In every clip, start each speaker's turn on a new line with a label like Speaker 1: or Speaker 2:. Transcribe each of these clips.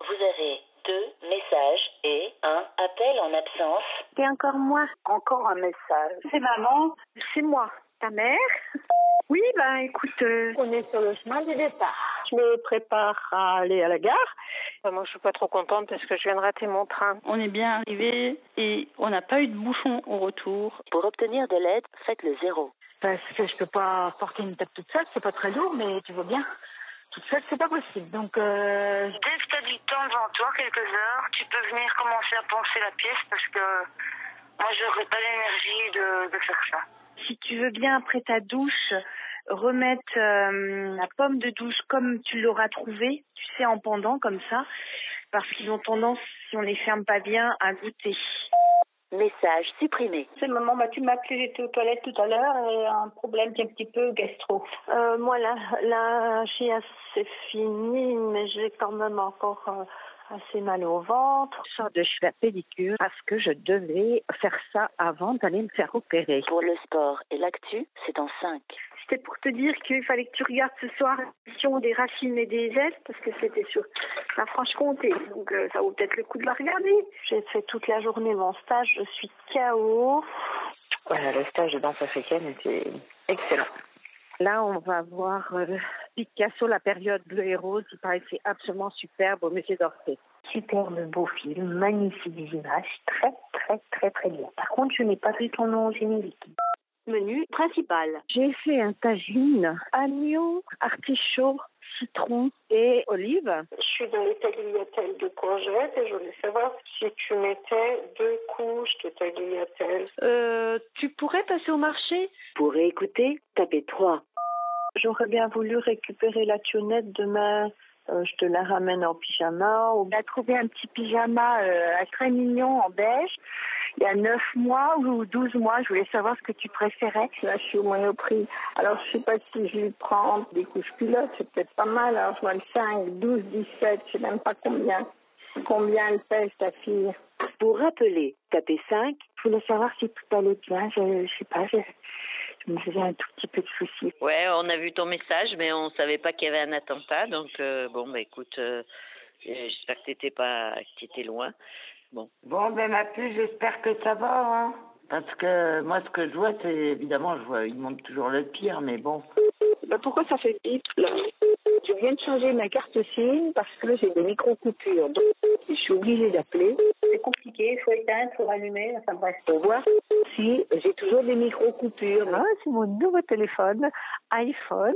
Speaker 1: Vous avez deux messages et un appel en absence.
Speaker 2: Et encore moi.
Speaker 3: Encore un message.
Speaker 4: C'est maman,
Speaker 2: C'est moi. Ta mère Oui, ben écoute, euh,
Speaker 4: on est sur le chemin du départ.
Speaker 3: Je me prépare à aller à la gare.
Speaker 5: Moi, je suis pas trop contente parce que je viens de rater mon train.
Speaker 6: On est bien arrivé et on n'a pas eu de bouchon au retour.
Speaker 1: Pour obtenir de l'aide, faites le zéro.
Speaker 3: Parce que je peux pas porter une table toute seule, c'est pas très lourd, mais tu vois bien. Toute seule, c'est pas possible. Donc, euh,
Speaker 7: Dès que tu temps devant toi, quelques heures, tu peux venir commencer à penser la pièce parce que moi, je n'aurais pas l'énergie de, de faire ça.
Speaker 2: si tu veux bien après ta douche, remettre euh, la pomme de douche comme tu l'auras trouvée, tu sais, en pendant comme ça, parce qu'ils ont tendance, si on les ferme pas bien, à goûter.
Speaker 1: Message supprimé.
Speaker 4: C'est maman, bah, tu m'as appelé, j'étais aux toilettes tout à l'heure et un problème qui est un petit peu gastro.
Speaker 8: Euh, moi, la, la GIA, c'est fini, mais j'ai quand même encore euh, assez mal au ventre.
Speaker 9: sors de chez la pédicure parce que je devais faire ça avant d'aller me faire opérer.
Speaker 1: Pour le sport et l'actu, c'est en 5.
Speaker 2: C'était pour te dire qu'il fallait que tu regardes ce soir l'émission des racines et des ailes, parce que c'était sur la Franche-Comté, donc euh, ça vaut peut-être le coup de la regarder.
Speaker 8: J'ai fait toute la journée mon stage, je suis KO.
Speaker 3: voilà, le stage de danse africaine était excellent.
Speaker 9: Là, on va voir euh, Picasso, la période bleue et rose, qui paraissait absolument superbe au musée d'Orsay.
Speaker 3: Superbe beau film, magnifique images, très très très très bien. Par contre, je n'ai pas vu ton nom générique.
Speaker 10: Menu principal.
Speaker 9: J'ai fait un tagine, agneau, artichaut, citron et olive.
Speaker 3: Je suis dans les tagliatelles de courgettes et je voulais savoir si tu mettais deux couches de tagliatelles.
Speaker 10: Euh, tu pourrais passer au marché
Speaker 1: Pour réécouter, tapez 3.
Speaker 8: J'aurais bien voulu récupérer la tionnette demain. Euh, je te la ramène en pyjama. Ou...
Speaker 2: On a trouvé un petit pyjama euh, très mignon en beige. Il y a 9 mois ou 12 mois, je voulais savoir ce que tu préférais.
Speaker 3: Là, je suis au monoprix. Alors, je sais pas si je vais prendre des couches culottes, c'est peut-être pas mal. Alors, je vois le 5, 12, 17, je sais même pas combien. Combien elle pèse, ta fille
Speaker 1: Pour rappeler, tapez 5.
Speaker 3: Je voulais savoir si tout allait bien. Je, je sais pas, je, je me faisais un tout petit peu de soucis.
Speaker 11: Ouais, on a vu ton message, mais on savait pas qu'il y avait un attentat. Donc, euh, bon, bah écoute, euh, euh, j'espère que t'étais pas, que t'étais loin.
Speaker 3: Bon, ben ma puce, j'espère que ça va, hein. Parce que moi, ce que je vois, c'est évidemment, je vois, ils montrent toujours le pire, mais bon.
Speaker 4: Bah, pourquoi ça fait bip là Je viens de changer ma carte SIM parce que j'ai des micro-coupures. Donc, je suis obligée d'appeler. C'est compliqué, il faut éteindre, il faut rallumer, enfin bref. Pour voir si j'ai toujours des micro-coupures.
Speaker 9: Ah, c'est mon nouveau téléphone, iPhone.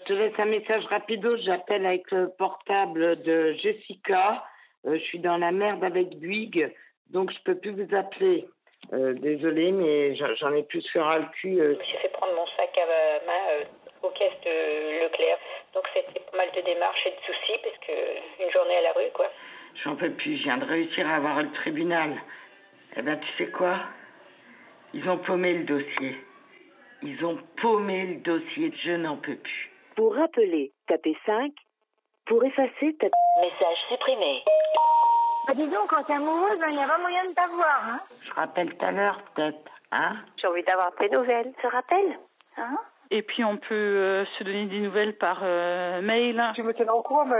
Speaker 3: Je te laisse un message rapido, j'appelle avec le portable de Jessica. Euh, je suis dans la merde avec Bouygues, donc je peux plus vous appeler. Euh, désolée, mais j'en j'en ai plus sur le cul. euh.
Speaker 5: Je me suis fait prendre mon sac à euh, main euh, aux caisses de Leclerc. Donc c'était pas mal de démarches et de soucis parce que une journée à la rue, quoi.
Speaker 3: J'en peux plus, je viens de réussir à avoir le tribunal. Eh ben, tu sais quoi Ils ont paumé le dossier. Ils ont paumé le dossier, je n'en peux plus.
Speaker 1: Pour rappeler, tapez 5. Pour effacer, tapez... Message supprimé.
Speaker 4: Bah, dis donc, quand t'es amoureuse, il n'y a pas moyen de t'avoir. Hein
Speaker 3: Je rappelle tout à l'heure, peut-être, hein
Speaker 10: J'ai envie d'avoir tes nouvelles. Tu te rappelles
Speaker 4: hein
Speaker 6: Et puis on peut euh, se donner des nouvelles par euh, mail.
Speaker 3: Tu me tiens au courant, mais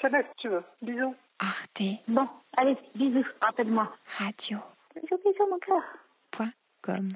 Speaker 3: SMS, tu veux. Bisous.
Speaker 12: Arte
Speaker 2: Bon, allez, bisous, rappelle-moi.
Speaker 12: Radio
Speaker 4: J'ai oublié ça, mon cœur.
Speaker 12: comme